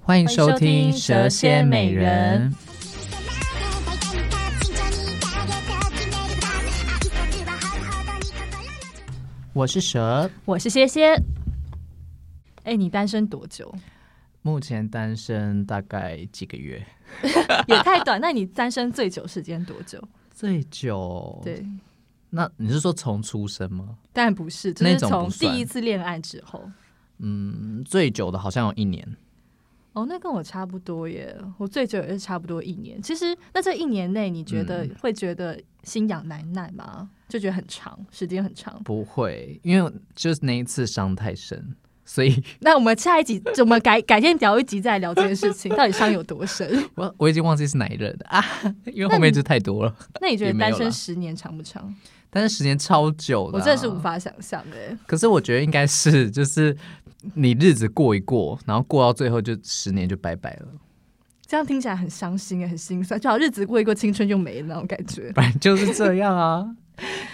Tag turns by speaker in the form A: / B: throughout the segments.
A: 欢迎收
B: 收
A: 听《
B: 听
A: 蛇
B: 蛇
A: 蝎
B: 蝎
A: 美
B: 美
A: 人
B: 人》。
A: 我是蛇，
B: 我是歇歇。哎、你单身多久？
A: 目前单身大概几个月，
B: 也太短。那你单身最久时间多久？
A: 最久。
B: 对，
A: 那你是说从出生吗？
B: 当然不是，就
A: 那
B: 是
A: 种
B: 从
A: 不算
B: 第一次恋爱之后。
A: 嗯，最久的好像有一年。
B: 哦，那跟我差不多耶。我最久也是差不多一年。其实，那这一年内，你觉
A: 嗯
B: 得、会觉得心痒难耐吗？就觉得很长，时间很长。
A: 不会，因为就是那一次伤太深，所 以
B: 那我们下一集，我们改改天聊一集再聊这件事情，到底伤有多深？
A: 我我已经忘记是哪一任了啊， 因为后
B: 那
A: 面
B: 你
A: 就太多了。
B: 那你觉
A: 也
B: 得
A: 没有
B: 单身
A: 啦
B: 十年长不长？
A: 但是时间超久的、啊
B: 我真的是无。法想象哎。
A: 可是我觉得应该是，就是你日子过一过，然后过到最后就十年就拜拜了，
B: 这样听起来很伤心哎，很心酸，就好像日子过一过，青春就没了那种感觉。
A: 不然就是这样 啊，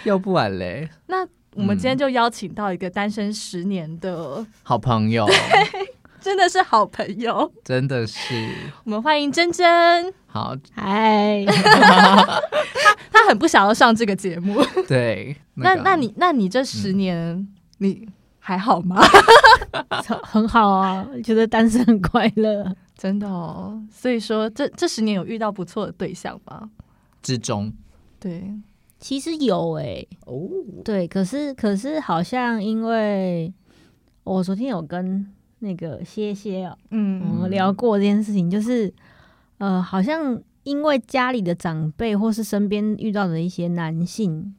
A: 要不然嘞，
B: 那我们今天就邀请到一个单身十年的，
A: 好朋 友
B: 嗯真的是好朋友，
A: 真的是
B: 我们欢迎珍珍。
A: 好，
C: 嗨，
B: 她很不想要上这个节 目，
A: 对，
B: 那
A: 个啊嗯
B: 那你那你这十年、你还好吗？
C: 很好啊，觉得单身很快乐。
B: 真的哦，所以说这这十年有遇到不错的对象吧？
A: 之中
B: 对，
C: 其实有诶、
A: 哦，
C: 对，可是可是好像因为我昨天有跟那个歇歇哦，我
B: 嗯
C: 们聊过这件事情，就是呃，好像因为家里的长辈或是身边遇到的一些男性，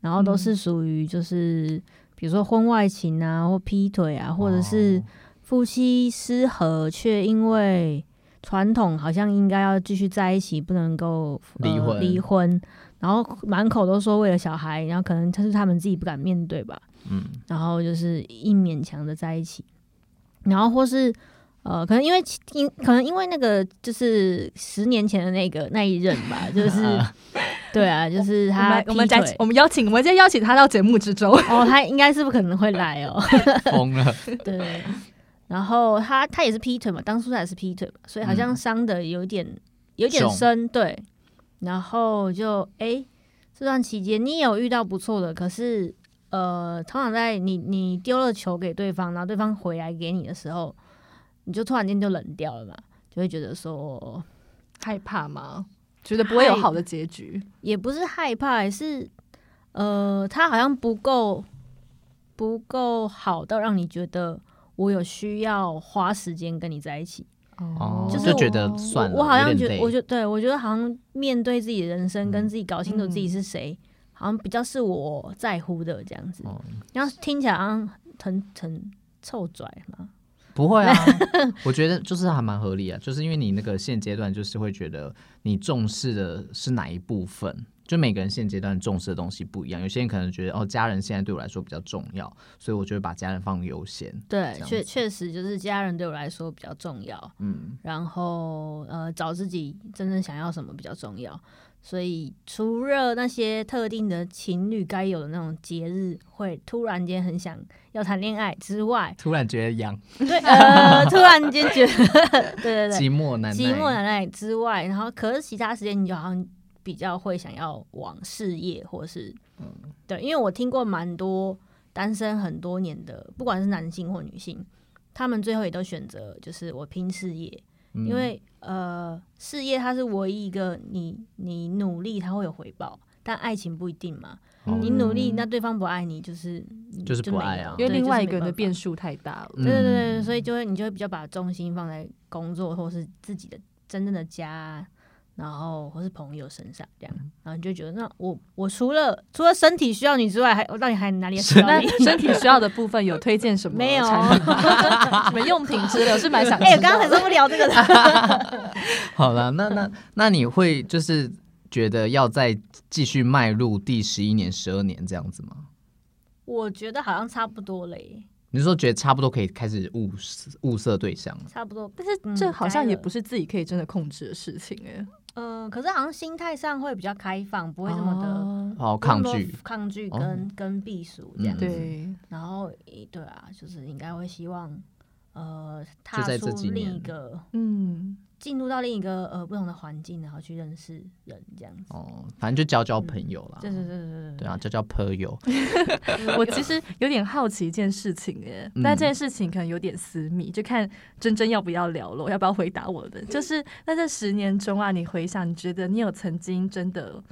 C: 然后都
B: 嗯
C: 是属于就是比如说婚外情啊，或劈腿啊，或者
A: 哦
C: 是、夫妻失和，却因为传统好像应该要继续在一起，不能够呃
A: 离婚
C: 离婚，然后满口都说为了小孩，然后可能就是他们自己不敢面对吧，
A: 哦嗯
C: 然后就是硬勉强的在一起，然后或是呃，可能因为其因可能因为那个就是十年前的那个那一任吧， 就是
A: 啊
C: 对啊，就是
B: 我
C: 他
B: 们我们
C: 劈
B: 再
C: 腿
B: 我们邀请我们今天邀请她到节目之中，
C: 哦，他应该是不可能会来哦。
A: 疯 了，
C: 对，然后他他也是劈腿嘛，当初他也是劈腿嘛，所以好像
A: 嗯
C: 伤的有点、有点
A: 重
C: 深，对。然后就哎、诶这段期间你也有遇到不错的，可是呃，通常在你你丢了球给对方，然后对方回来给你的时候，你就突然间就冷掉了嘛，就会觉得说
B: 害怕吗？觉得不会有
C: 害
B: 好的结局？
C: 也不是害怕，是呃，他好像不够不够好到让你觉得我有需要花时间跟你在一起。
A: 哦，
C: 就是
A: 觉得
B: 我
A: 算了，
C: 我好
A: 有
C: 像
A: 点
C: 觉得，
A: 累
C: 我就对我觉得好像面对自己的人生，
A: 嗯
C: 跟自己搞清楚自己是谁，好像比较是我在乎的这样子。
A: 哦
C: 然后听起来好像很很臭拽嘛，
A: 不 会啊，我觉得就是还蛮合理啊，就是因为你那个现阶段就是会觉得你重视的是哪一部分，就每个人现阶段重视的东西不一样，有些人可能觉得哦，家人现在对我来说比较重要，所以我就会把家人放优先，
C: 对
A: 这，样
C: 确
A: 子
C: 确实就是家人对我来说比较重要。
A: 嗯，
C: 然后呃，找自己真正想要什么比较重要。所以除了那些特定的情侣该有的那种节日，会突然间很想要谈恋爱之外，
A: 突然觉得痒，
C: 对，呃，突然间觉得， 对对对，
A: 寂寞难耐，
C: 寂寞难耐之外，然后可是其他时间你就好像比较会想要往事业或是，
A: 嗯
C: 对，因为我听过蛮多单身很多年的，不管是男性或女性，他们最后也都选择就是我拼事业，
A: 嗯
C: 因为呃，事业它是唯一一个你你努力它会有回报，但爱情不一定嘛，
A: 哦
C: 你努力那对方不爱你就是
A: 就是不
C: 没
A: 爱
C: 有
A: 啊
B: 因为
C: 哦对
B: 另
C: 就是
B: 外一
C: 没
B: 个人的
C: 办法
B: 变数太大了。
C: 对对对，
A: 嗯
C: 对所以就会你就会比较把重心放在工作或是自己的真正的家，然后或是朋友身上这样，
A: 嗯
C: 然后你就觉得那我我除了除了身体需要你之外，还我到底还 哪里需要
B: 那
C: 你？
B: 身体需要的部分有推荐什么
C: 没有
B: 产品吗 什么用品之类，我是蛮想知道。
C: 哎、我刚刚很受不了这个的。
A: 好了，那那那你会就是觉得要再继续迈入第十一年、十二年这样子吗？
C: 我觉得好像差不多了耶，
A: 你是说觉得差不多可以开始物色物色对象了？
C: 差不多。
B: 但是
C: 嗯
B: 这好像也不
C: 该了
B: 是自己可以真的控制的事情哎，
C: 呃，可是好像心态上会比较开放，不
B: 不
C: 会这么的、
A: 哦，
C: 不会
A: 抗
C: 那么
A: 拒，
C: 抗拒
A: 哦
C: 跟、跟避暑这样
A: 嗯
C: 子。
B: 对，
C: 然后，诶对啊，就是应该会希望，呃
A: 就
C: 踏
A: 在这
C: 出
A: 几
C: 另
A: 年
C: 一个
B: 嗯，
C: 进入到另一个呃不同的环境，然后去认识人这样子。
A: 哦，反正就交交朋友啦。
C: 对对对对
A: 对啊，交交朋友。
B: 我其实有点好奇一件事情耶，
A: 嗯
B: 但这件事情可能有点私密，就看珍珍要不要聊了，要不要回答我的。就是那这十年中啊，你回想，你觉得你有曾经真的，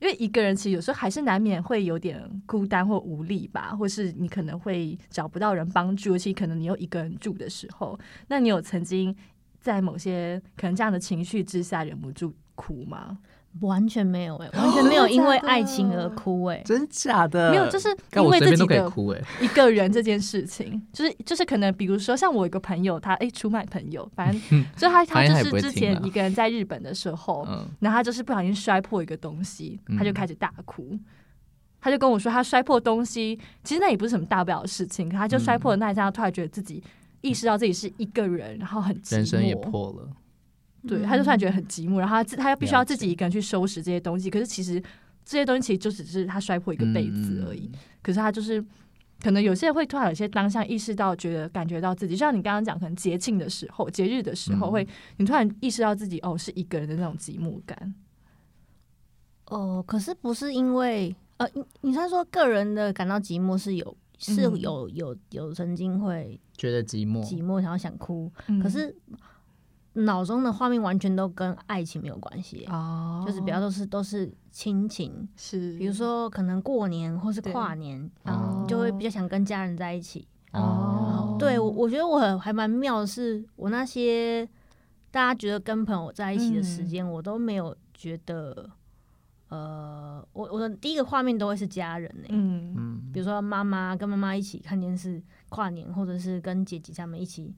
B: 因为一个人其实有时候还是难免会有点孤单或无力吧，或是你可能会找不到人帮助，尤其可能你又一个人住的时候，那你有曾经在某些可能这样的情绪之下忍不住哭吗？
C: 完全没有哎、完全没有因为
B: 哦真的
C: 爱情而哭哎、
A: 真假的
B: 没有，就是
A: 呃但
B: 因
A: 我
B: 为
A: 随
B: 自
A: 便
B: 己
A: 都可以
B: 的
A: 哭哎、
B: 一个人这件事情， 就是就是可能比如说像我有个朋友，他哎出卖朋友，反正就他他
A: 反正他也
B: 就
A: 不会
B: 是之
A: 听
B: 前
A: 啊
B: 一个人在日本的时候，
A: 嗯，
B: 然后他就是不小心摔破一个东西，
A: 嗯
B: 他就开始大哭。他就跟我说，他摔破东西，其实那也不是什么大不了的事情，可他就
A: 嗯
B: 摔破的那一刹那，突然觉得自己意识到自己是一个人，然后很寂寞，
A: 人生也破了，
B: 对，
C: 嗯
B: 他就突然觉得很寂寞，然后他自他要必须要
A: 了解
B: 自己一个人去收拾这些东西，可是其实这些东西其实就只是他摔破一
A: 一
B: 个被子而已，。
C: 嗯
B: 可是他就是可能有些人会突然有些当下意识到，觉得感觉到自己，就像你刚刚讲，可能节庆的时候、节日的时候
A: 嗯
B: 会，你突然意识到自己哦是一个人的那种寂寞感。
C: 哦、可是不是因为呃，你你是说个人的感到寂寞是有是
B: 嗯
C: 有有有曾经会
A: 觉得寂寞，
C: 寂寞，然后想哭，
B: 嗯
C: 可是脑中的画面完全都跟爱情没有关系、
B: 哦，
C: 就是比较都是都是亲情，
B: 是，
C: 比如说可能过年或是
B: 对
C: 跨年，
A: 哦
C: 就会比较想跟家人在一起。
B: 哦
C: 对我，我觉得我还蛮妙的是，我那些大家觉得跟朋友在一起的
B: 嗯
C: 时间，我都没有觉得，呃，我我的第一个画面都会是家人呢、
B: 嗯
A: 嗯
C: 比如说妈妈跟妈妈一起看电视跨年，或者是跟姐姐他们一起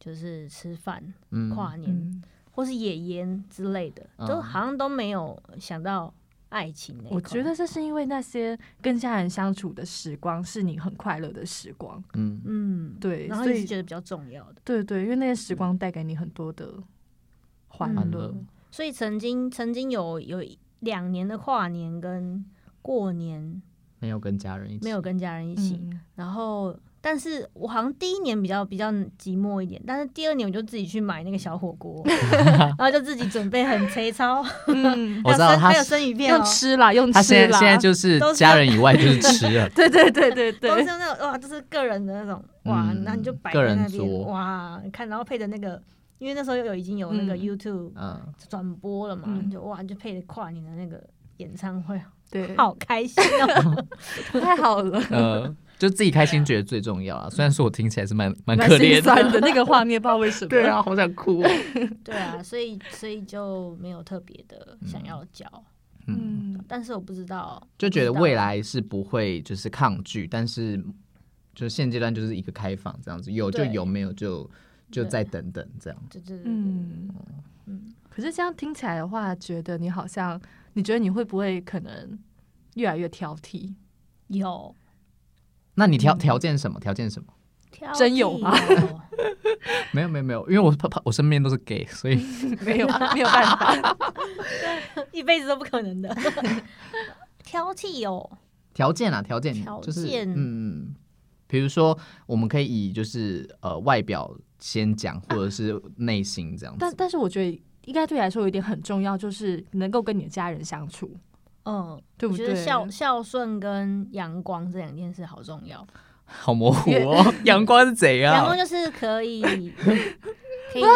C: 就是吃饭
A: 嗯
C: 跨年，
B: 嗯，
C: 或是野烟之类的，都
A: 嗯
C: 好像都没有想到爱情那一
B: 我
C: 块
B: 觉得这是因为那些跟家人相处的时光是你很快乐的时光，
A: 嗯，
C: 嗯，
B: 对，
C: 然后
B: 所
C: 也是
B: 以
C: 觉得比较重要的。
B: 对对，因为那些时光带给你很多的欢
A: 欢
B: 乐
A: 乐，
C: 所以曾经曾经有有两年的跨年跟过年
A: 没有跟家人一起，
C: 没有跟家人一起，
B: 嗯
C: 然后但是我好像第一年比较比较寂寞一点，但是第二年我就自己去买那个小火 锅，然后就自己准备很肥操，
B: 嗯，
A: 我知
C: 还
A: 道
C: 有生
A: 他
C: 还有生鱼片哦
B: 用。吃啦，用
A: 他
B: 吃
A: 现在
B: 啦，，
A: 现在就是
C: 都是
A: 家人以外就是吃了
B: 对对对对对，
C: 都是那种哇，就是个人的那种哇，
A: 嗯
C: 那、你就摆
A: 个
C: 在
A: 人
C: 那边
A: 桌
C: 哇，看，然后配的那个，因为那时候有已经有那个
B: 嗯
C: YouTube
A: 嗯，
C: 转播了嘛，
B: 嗯
C: 你就哇，你就配的跨年的那个演唱会，
B: 对，
C: 好开心哦！
B: 不太好了，
A: 呃，就自己开心觉得最重要啊。虽然说我听起来是 蛮蛮
B: 蛮
A: 可
B: 心
A: 怜的，
B: 酸的那个画面，不知道为什么。
A: 对，啊，好想哭 哦。
C: 对啊，所以所以就没有特别的想要交，
A: 嗯，
B: 嗯，
C: 但是我不知道，
A: 就觉得
C: 不知道
A: 未来是不会就是抗拒，但是就是现阶段就是一个开放这样子，有就
C: 对
A: 有，没有就就再等等这样。
C: 对对对，嗯
B: 嗯，
C: 嗯，
B: 可是这样听起来的话，觉得你好像，你觉得你会不会可能越来越挑剔？
C: 有
A: 那你条条件什么？条件什么？
C: 挑
B: 真有吗
C: 剔哦？
A: 没有没有没有，因为我怕怕我身边都是 gay，所 以
B: 没有， 没有办法。
C: 一辈子都不可能的，挑剔哦，
A: 条件啊，条件
C: 条
A: 就是
C: 件
A: 嗯，比如说我们可以以就是呃外表先讲，或者是内心这样子。
B: 但但是我觉得应该对你来说有一点很重要，就是能够跟你的家人相处，
C: 嗯，
B: 对
C: 我
B: 不
C: 觉
B: 对
C: 得？孝孝顺跟阳光这两件事好重要。
A: 好模糊哦，阳光是怎
C: 阳光
A: 样？
C: 就是可以，可以
B: 不是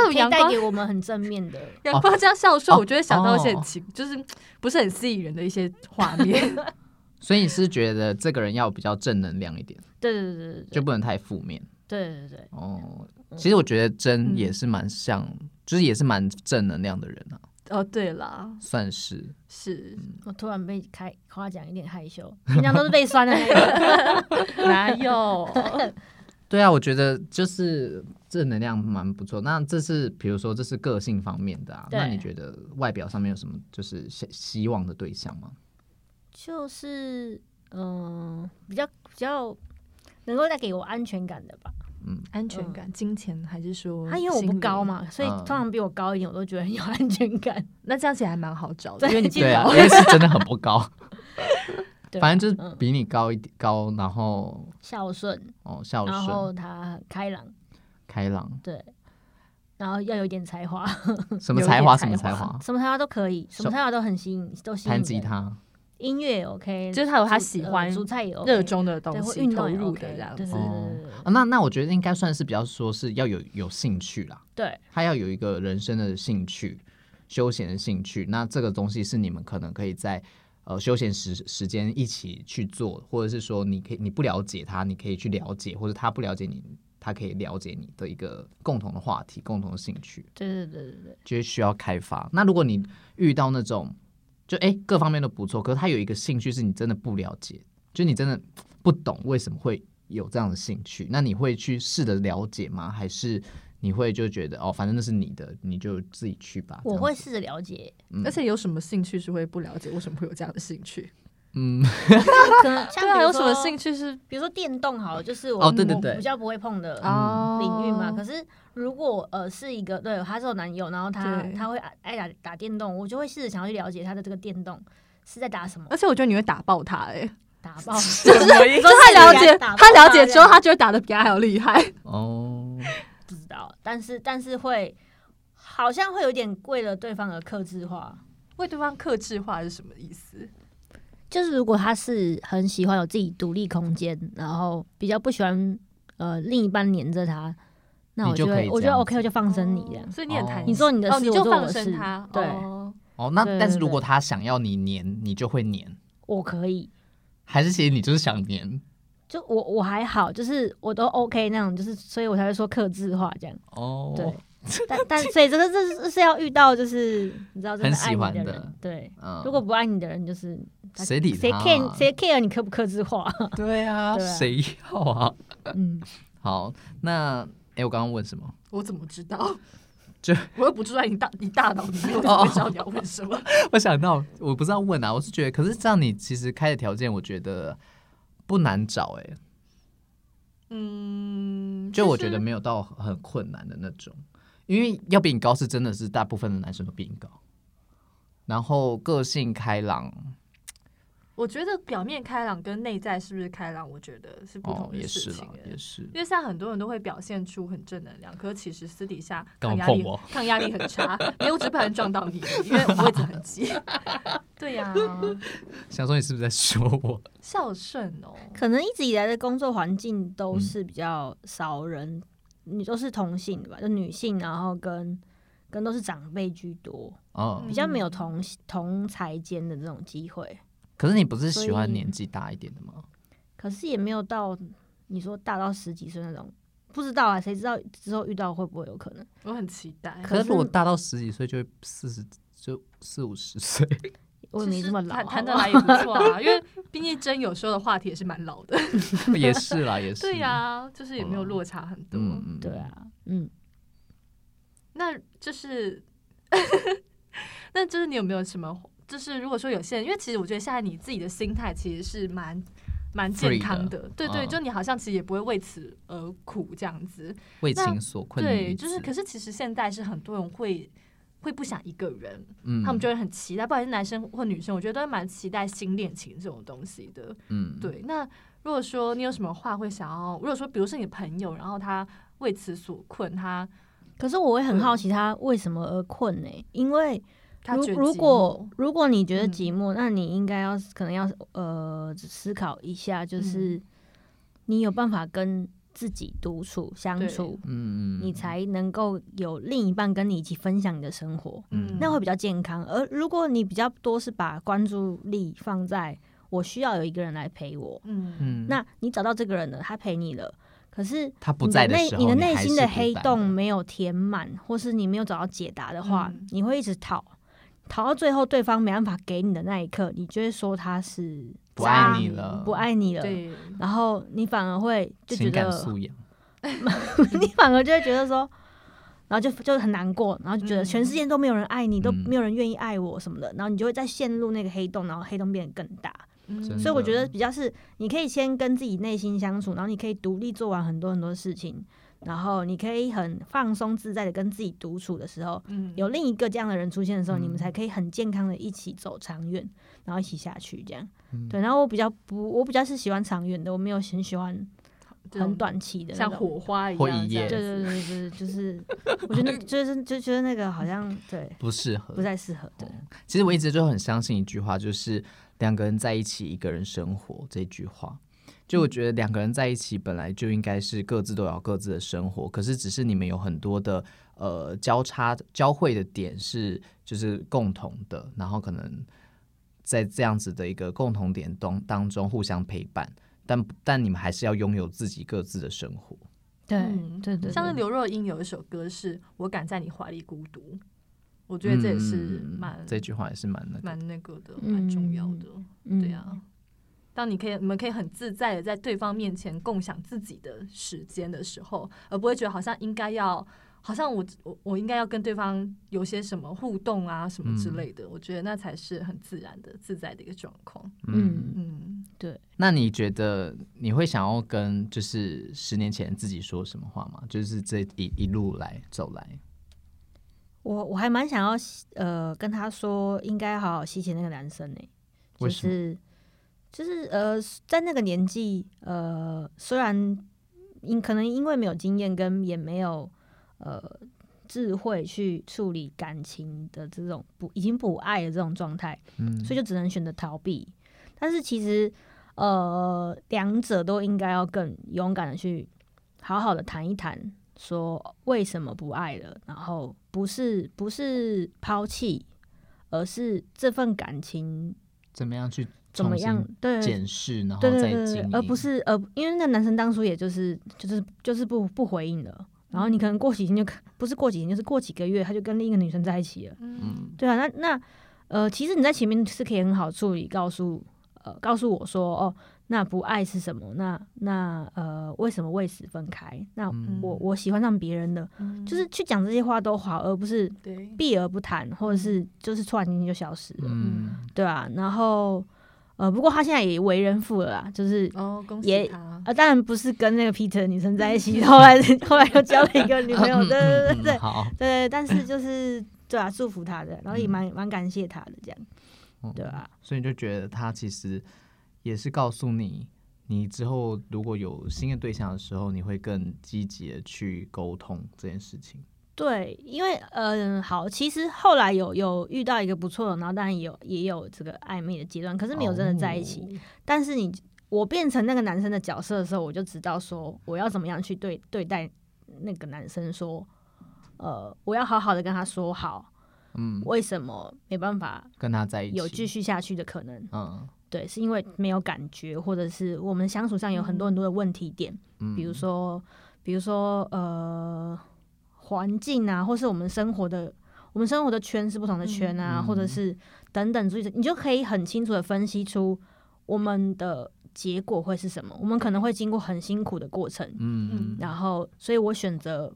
C: 可以
B: 阳光
C: 带给我们很正面的，
B: 阳光这样孝顺，
A: 哦
B: 我就会想到一些很
A: 哦
B: 奇，就是不是很吸引人的一些画面。
A: 所以你是觉得这个人要比较正能量一点，
C: 对对对对对
A: 就不能太负面。
C: 对对对，
A: 哦，其实我觉得真
B: 嗯
A: 也是蛮像，就是也是蛮正能量的人啊，
B: 哦，对啦，
A: 算是。
B: 是
C: 我突然被开夸奖，有点害羞，平常都是被酸的那个。
B: 哪有？
A: 对啊，我觉得就是正能量蛮不错。那这是比如说这是个性方面的啊，
C: 对
A: 那你觉得外表上面有什么就是希希望的对象吗？
C: 就是嗯、比较比较能够带给我安全感的吧。
B: 嗯安全感、金钱还是说？
C: 他、因为我不高。嘛，所以
A: 嗯
C: 通常比我高一点，我都觉得很有安全 感。
B: 那这样其实还蛮好找的，
C: 对
B: 因为你
C: 其
B: 不
C: 实
A: 对啊，
B: 高
A: 因为是真的很不高，
C: 对，
A: 反正就是
C: 嗯
A: 比你高一点高，然后
C: 孝顺，
A: 哦孝
C: 然后
A: 顺，
C: 他开朗，
A: 开朗，
C: 对，然后要有一点才华，
B: 啊
A: 什么才华
C: 有一
A: 什
C: 点
A: 么才华，
C: 什么才华都可以，什么才华都很吸引，都吸引
A: 弹吉
C: 人。
A: 他，
C: 音乐也 OK，
B: 就是他有他
C: 煮
B: 喜
C: 呃
B: 欢
C: 煮菜也 OK，
B: 热衷的
C: 对
B: 东
C: 或
B: 西
C: 运动
B: 投
C: 也
B: 入
C: OK，
B: 的这样
C: 对
B: 子
C: 对。对
A: 哦
C: 对对
A: 啊那那我觉得应该算是比较说是要有有兴趣啦，
C: 对，
A: 他要有一个人生的兴趣，休闲的兴趣。那这个东西是你们可能可以在呃休闲时时间一起去做，或者是说你可以你不了解他，你可以去了解，或者他不了解你，他可以了解你的一个共同的话题、共同的兴趣，
B: 哦
C: 对对对对对，
A: 就是需要开发。那如果你遇到那种就哎各方面都不错，可是他有一个兴趣是你真的不了解，就你真的不懂为什么会有这样的兴趣，那你会去试着了解吗？还是你会就觉得哦，反正那是你的，你就自己去吧。
C: 我
A: 这样
C: 会
A: 子，
C: 试着 了解，
A: 嗯
B: 而且有什么兴趣是会不了解为什么会有这样的兴趣？
A: 嗯，
C: 可能像
B: 对啊，
C: 比
B: 有
C: 如
B: 什么
C: 说
B: 兴趣是
C: 比如说电动好了，就是我
A: 哦对对
C: 我
A: 对
C: 比较不会碰的
B: 啊
C: 领域嘛。可是如果呃是一个对他是我男友，然后他
B: 对
C: 他会爱爱打打电动，我就会试着想要去了解他的这个电动是在打什 么，
B: 而且我觉得你会打爆他哎、
C: 打爆。
B: 就 是
C: 说
B: 他了解
C: 打爆
B: 他了解
C: 这
B: 之后，
C: 样
B: 他就会打的比他还要厉害。
A: 哦，
C: 不知道，但是但是会好像会有点为了对方而克制化。
B: 为对方克制化是什么意思？
C: 就是如果他是很喜欢有自己独立空间，然后比较不喜欢呃另一半黏着他，那我
A: 你就可
C: 会
A: 以
C: 我
A: 这
C: 觉得
A: 样
C: OK，
A: 子
C: 我就放生你这样
B: 哦。所以你很弹
A: 哦
C: 你做你的
B: 哦，
C: 事，
B: 你
C: 我
B: 就
C: 做我
B: 放
C: 的事
B: 生他，，
C: 对，
B: 哦
A: 哦，那
C: 对对
A: 但是如果他想要你黏，你就会黏，
C: 我可以。
A: 还是其实你就是想黏？
C: 就我我还好，就是我都 OK 那种，就是所以我才会说克制化这样。
A: 哦，
C: 对，但但所以这个这是是要遇到就是你知道真
A: 很
C: 的爱
A: 喜欢
C: 你的
A: 的
C: 人，对。
A: 嗯
C: 如果不爱你的人，就是他
A: 谁理
C: 谁
A: 他啊
C: care 谁 care 你克不克制化？
A: 对啊，
C: 对啊
A: 谁要啊？
C: 嗯，
A: 好，那哎，我刚刚问什么？
B: 我怎么知 道？
A: 就
B: 我又不住在你大你大脑里 面，我怎么会知道你要问什么？
A: 我想到，我不是要问啊，我是觉得，可是这样你其实开的条件，我觉得不难找哎、
B: 嗯，
A: 就我
B: 是
A: 觉得没有到很困难的那种，因为要比你高是真的是大部分的男生都比你高，然后个性开朗
B: 我觉得表面开朗跟内在是不是开朗，我觉得是不
A: 哦
B: 同，
A: 也
B: 的
A: 是
B: 事
A: 啦
B: 情。，啊
A: 也是
B: 因为现在很多人都会表现出很正能量，可是其实私底下
A: 干嘛
B: 抗压
A: 碰
B: 力
A: 我
B: 抗压力很 差。没有，我只是不小心撞到你，因为我位置很急。 对呀、
A: 想说你是不是在说我？
B: 孝顺哦，
C: 可能一直以来的工作环境
A: 嗯
C: 都是比较少人，你都是同性的吧，就女性，然后跟跟都是长辈居多，
A: 哦，
B: 嗯
C: 比较没有同同才间的这种机会。
A: 可是你不是喜
C: 所
A: 欢
C: 以
A: 年纪大一点的吗？
C: 可是也没有到你说大到十几岁那种，不知道啊，谁知道之后遇到会不会有可能？
B: 我很期待。
C: 可
A: 可
C: 是
A: 是如果大到十几岁，就会四十就四五十 岁，
C: 我也没这么老
B: 其实谈谈得
C: 好不好
B: 来也不错啊，因为毕竟真有时候的话题也是蛮老 的。
A: 也是啦，也是。
B: 对呀、啊就是也没有落差很多。
A: 嗯嗯，
C: 对啊，嗯，
B: 那就是， 那就是你有没有什么？就是如果说有些人，因为其实我觉得现在你自己的心态其实是蛮蛮健
A: Free
B: 康的，
A: 的
B: 对对，
A: 嗯
B: 就你好像其实也不会为此而苦这样子，
A: 为
B: 那
A: 情所困的
B: 对，
A: 女
B: 就是
A: 子
B: 可是其实现在是很多人会。会不想一个人，
A: 嗯
B: 他们就会很期待，不管是男生或女生，我觉得都会蛮期待新恋情这种东西的。
A: 嗯
B: 对，那如果说你有什么话会想要，如果说比如说你朋友，然后他为此所困，他
C: 可是我会很好奇他为什么而困呢、因为
B: 嗯他
C: 如
B: 觉得
C: 如
B: 寂
C: 果
B: 寞
C: 如果你觉得
B: 嗯
C: 寂寞，那你应该要可能要呃思考一下，就是
B: 嗯
C: 你有办法跟自己独处相
B: 对
C: 处，
A: 嗯，
C: 你才能够有另一半跟你一起分享你的生活，
A: 嗯
C: 那会比较健康。而如果你比较多是把关注力放在我需要有一个人来陪我，
B: 嗯
A: 嗯
C: 那你找到这个人了，他陪你了，可是
A: 他不
C: 你
A: 在
C: 的内
A: 时候，
C: 你的
A: 你
C: 内
A: 还
C: 心
A: 是
C: 的
A: 孤
C: 黑
A: 单
C: 洞
A: 的
C: 没有填满，或是你没有找到解答的话，
B: 嗯
C: 你会一直逃，逃到最后对方没办法给你的那一刻，你就会说他是
A: 不
C: 渣
A: 爱你
B: 渣
A: 了，
C: 不爱你了。
B: 对，
C: 然后你反而会就觉
A: 情感
C: 得，
A: 素养，
C: 你反而就会觉得说，然后就就很难过，然后就觉得
B: 嗯
C: 全世界都没有人爱你，都
A: 嗯
C: 没有人愿意爱我什么的，然后你就会再陷入那个黑洞，然后黑洞变得更大。
B: 嗯
A: 真
C: 所以我
A: 的
C: 觉得比较是，你可以先跟自己内心相处，然后你可以独立做完很多很多事情，然后你可以很放松自在的跟自己独处的时候，
B: 嗯
C: 有另一个这样的人出现的时候，
A: 嗯
C: 你们才可以很健康的一起走长远，然后一起下去这样
A: 嗯。
C: 对，然后我比较不，我比较是喜欢长远的，我没有很喜欢
B: 这种
C: 很短期的那
B: 像
C: 种
B: 火花一
A: 或
B: 样
A: 一
B: 这样
A: 夜
C: 对
B: 子，
C: 对对对，对就是我觉得那就是就觉得那个好像对
A: 不适合
C: 不。太适合， 对
A: 其实我一直就很相信一句话，就是两个人在一起，一个人生活这句话。就我觉得两个人在一起本来就应该是各自都有各自的生活，可是只是你们有很多的呃交叉交汇的点是就是共同的，然后可能在这样子的一个共同点当当中互相陪伴，但但你们还是要拥有自己各自的生活。
B: 嗯
C: 对对对，
B: 像是刘若英有一首歌是“我敢在你怀里孤独”，我觉得这也是
A: 嗯
B: 蛮、
A: 这句话也是蛮那个
B: 蛮那个的，
C: 嗯
B: 蛮重要的。
C: 嗯
B: 对啊，当你可以你们可以很自在的在对方面前共享自己的时间的时候，而不会觉得好像应该要，好像我我我应该要跟对方有些什么互动啊什么之类的。我觉得那才是很自然的、自在的一个状况。
A: 嗯
C: 嗯，
B: 嗯，
A: 那你觉得你会想要跟就是十年前自己说什么话吗？就是这一一路来走来，
C: 我我还蛮想要呃跟他说，应该好好吸钱那个男生呢、欸就
A: 为什么
C: 是就是呃在那个年纪呃虽然因可能因为没有经验跟也没有呃智慧去处理感情的这种不已经不爱的这种状态，
A: 嗯，
C: 所以就只能选择逃避。但是其实，呃，两者都应该要更勇敢的去好好的谈一谈，说为什么不爱了，然后不是不是抛弃，而是这份感情
A: 怎么样去
C: 怎么样
A: 重
C: 对
A: 新检视，然后
C: 对对
A: 再
C: 对
A: 经
C: 对
A: 营，，
C: 而不是呃，因为那男生当初也就是就是就是不不回应了，然后你可能过几天就不是过几天，就是过几个月，他就跟另一个女生在一起了。
B: 嗯
A: 嗯
C: 对啊，那那呃，其实你在前面是可以很好处理，告诉呃告诉我说哦，那不爱是什么？那那呃，为什么为此分开？那
A: 嗯
C: 我我喜欢上别人的，
B: 嗯
C: 就是去讲这些话都好，而不是
B: 对，
C: 避而不谈，或者是就是突然间就消失了，
A: 嗯
C: 对啊，然后呃，不过他现在也为人父了啦，就是。
B: 哦，恭
C: 也
B: 喜他。
C: 呃，当然不是跟那个 Peter 的女生在一起， 后来后来又交了一个女朋友，对对对对对
A: 嗯，好，
C: 对，但是就是对啊，祝福他的，然后也蛮蛮感谢他的这样，
A: 嗯
C: 对啊，
A: 所以你就觉得他其实也是告诉你，你之后如果有新的对象的时候，你会更积极的去沟通这件事情。
C: 对，因为嗯、呃好，其实后来有有遇到一个不错的，然后当然也有也有这个暧昧的阶段，可是没有真的在一起。
A: 哦
C: 但是你我变成那个男生的角色的时候，我就知道说我要怎么样去对对待那个男生说。呃，我要好好的跟他说好，
A: 嗯，
C: 为什么没办法
A: 跟他在一起
C: 有继续下去的可能？
A: 嗯
C: 对，是因为没有感觉，或者是我们相处上有很多很多的问题点，
A: 嗯，
C: 比如说，比如说呃，环境啊，或是我们生活的，我们生活的圈是不同的圈啊，
A: 嗯
C: 或者是等等，所以你就可以很清楚的分析出我们的结果会是什么。我们可能会经过很辛苦的过程，
A: 嗯
B: 嗯
C: 然后，所以我选择，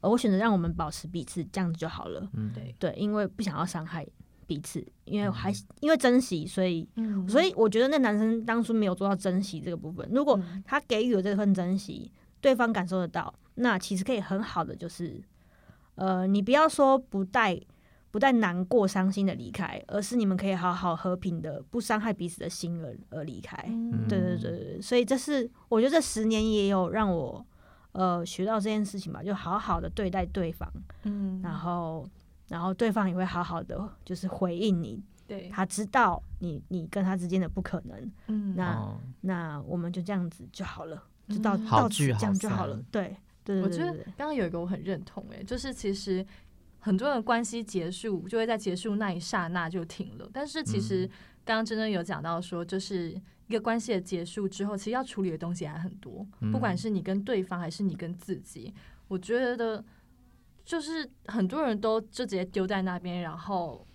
C: 呃我选择让我们保持彼此，这样子就好了。
A: 嗯
B: 对，
C: 对，因为不想要伤害彼此，因为我还因为珍惜，所以
B: 嗯
C: 所以我觉得那男生当初没有做到珍惜这个部分。如果
B: 嗯
C: 他给予了这份珍惜，对方感受得到，那其实可以很好的就是，呃，你不要说不带不带难过、伤心的离开，而是你们可以好好和平的，不伤害彼此的心而而离开。
B: 嗯
C: 对对对对对，所以这是我觉得这十年也有让我呃学到这件事情吧，就好好的对待对方，
B: 嗯
C: 然后然后对方也会好好的就是回应你，
B: 对，
C: 他知道你你跟他之间的不可能，
B: 嗯
C: 那
A: 哦
C: 那我们就这样子就好了，就到、
B: 嗯
C: 到
A: 好
C: 此
A: 聚
C: 这样
A: 好
C: 就好了
A: 散。
C: 对对对
B: 我
C: 对
B: 觉
C: 对
B: 得
C: 对，
B: 刚刚有一个我很认同、欸，就是其实很多人的关系结束就会在结束那一刹那就停了，但是其
C: 嗯
B: 实刚刚真真有讲到说，就是一个关系的结束之后，其实要处理的东西还很多，
C: 嗯
B: 不管是你跟对方还是你跟自己，我觉得就是很多人都就直接丢在那边，然后。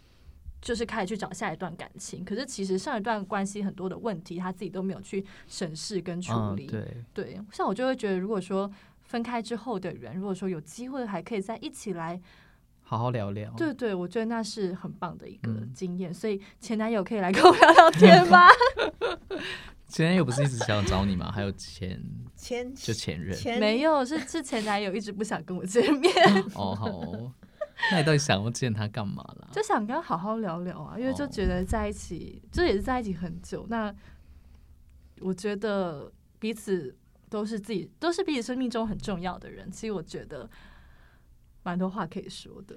B: 就是开始去找下一段感情，可是其实上一段关系很多的问题，他自己都没有去审视跟处
C: 啊
A: 嗯
B: 理。
A: 对，
B: 对，像我就会觉得，如果说分开之后的人，如果说有机会还可以在一起来，
A: 好好聊聊。
B: 对对，我觉得那是很棒的一个
A: 哦嗯
B: 经验。所以前男友可以来跟我聊聊天吗？
A: 前男友不是一直想找你吗？还有前
C: 前
A: 就前任
C: 前
B: 没有，是是前男友一直不想跟我见面，
A: 哦，好哦那你到底想要见他干嘛啦？
B: 就想跟他好好聊聊啊，因为就
A: 哦
B: 觉得在一起，这也是在一起很久，那我觉得彼此。都是自己都是彼此生命中很重要的人，其实我觉得蛮多话可以说的。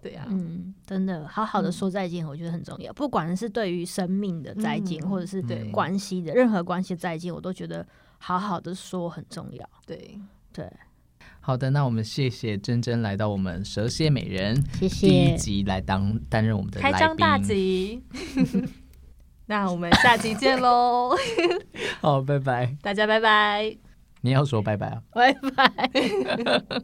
B: 对呀、啊，
C: 嗯，真的，好好的说再见，我觉得很重要。不管是对于生命的再见，
B: 嗯
C: 或者是
A: 对
C: 关系的任何关系的再见，我都觉得好好的说很重要。
B: 对，
C: 对，
A: 好的，那我们谢谢珍珍来到我们蛇蝎美人
C: 谢
A: 第一
C: 谢，
A: 集来当担任我们的
B: 开张大
A: 来宾。
B: 吉。 那我们下集见喽，
A: 好，拜拜。
B: 大家拜拜。
A: 你要说拜拜啊？
C: 拜拜。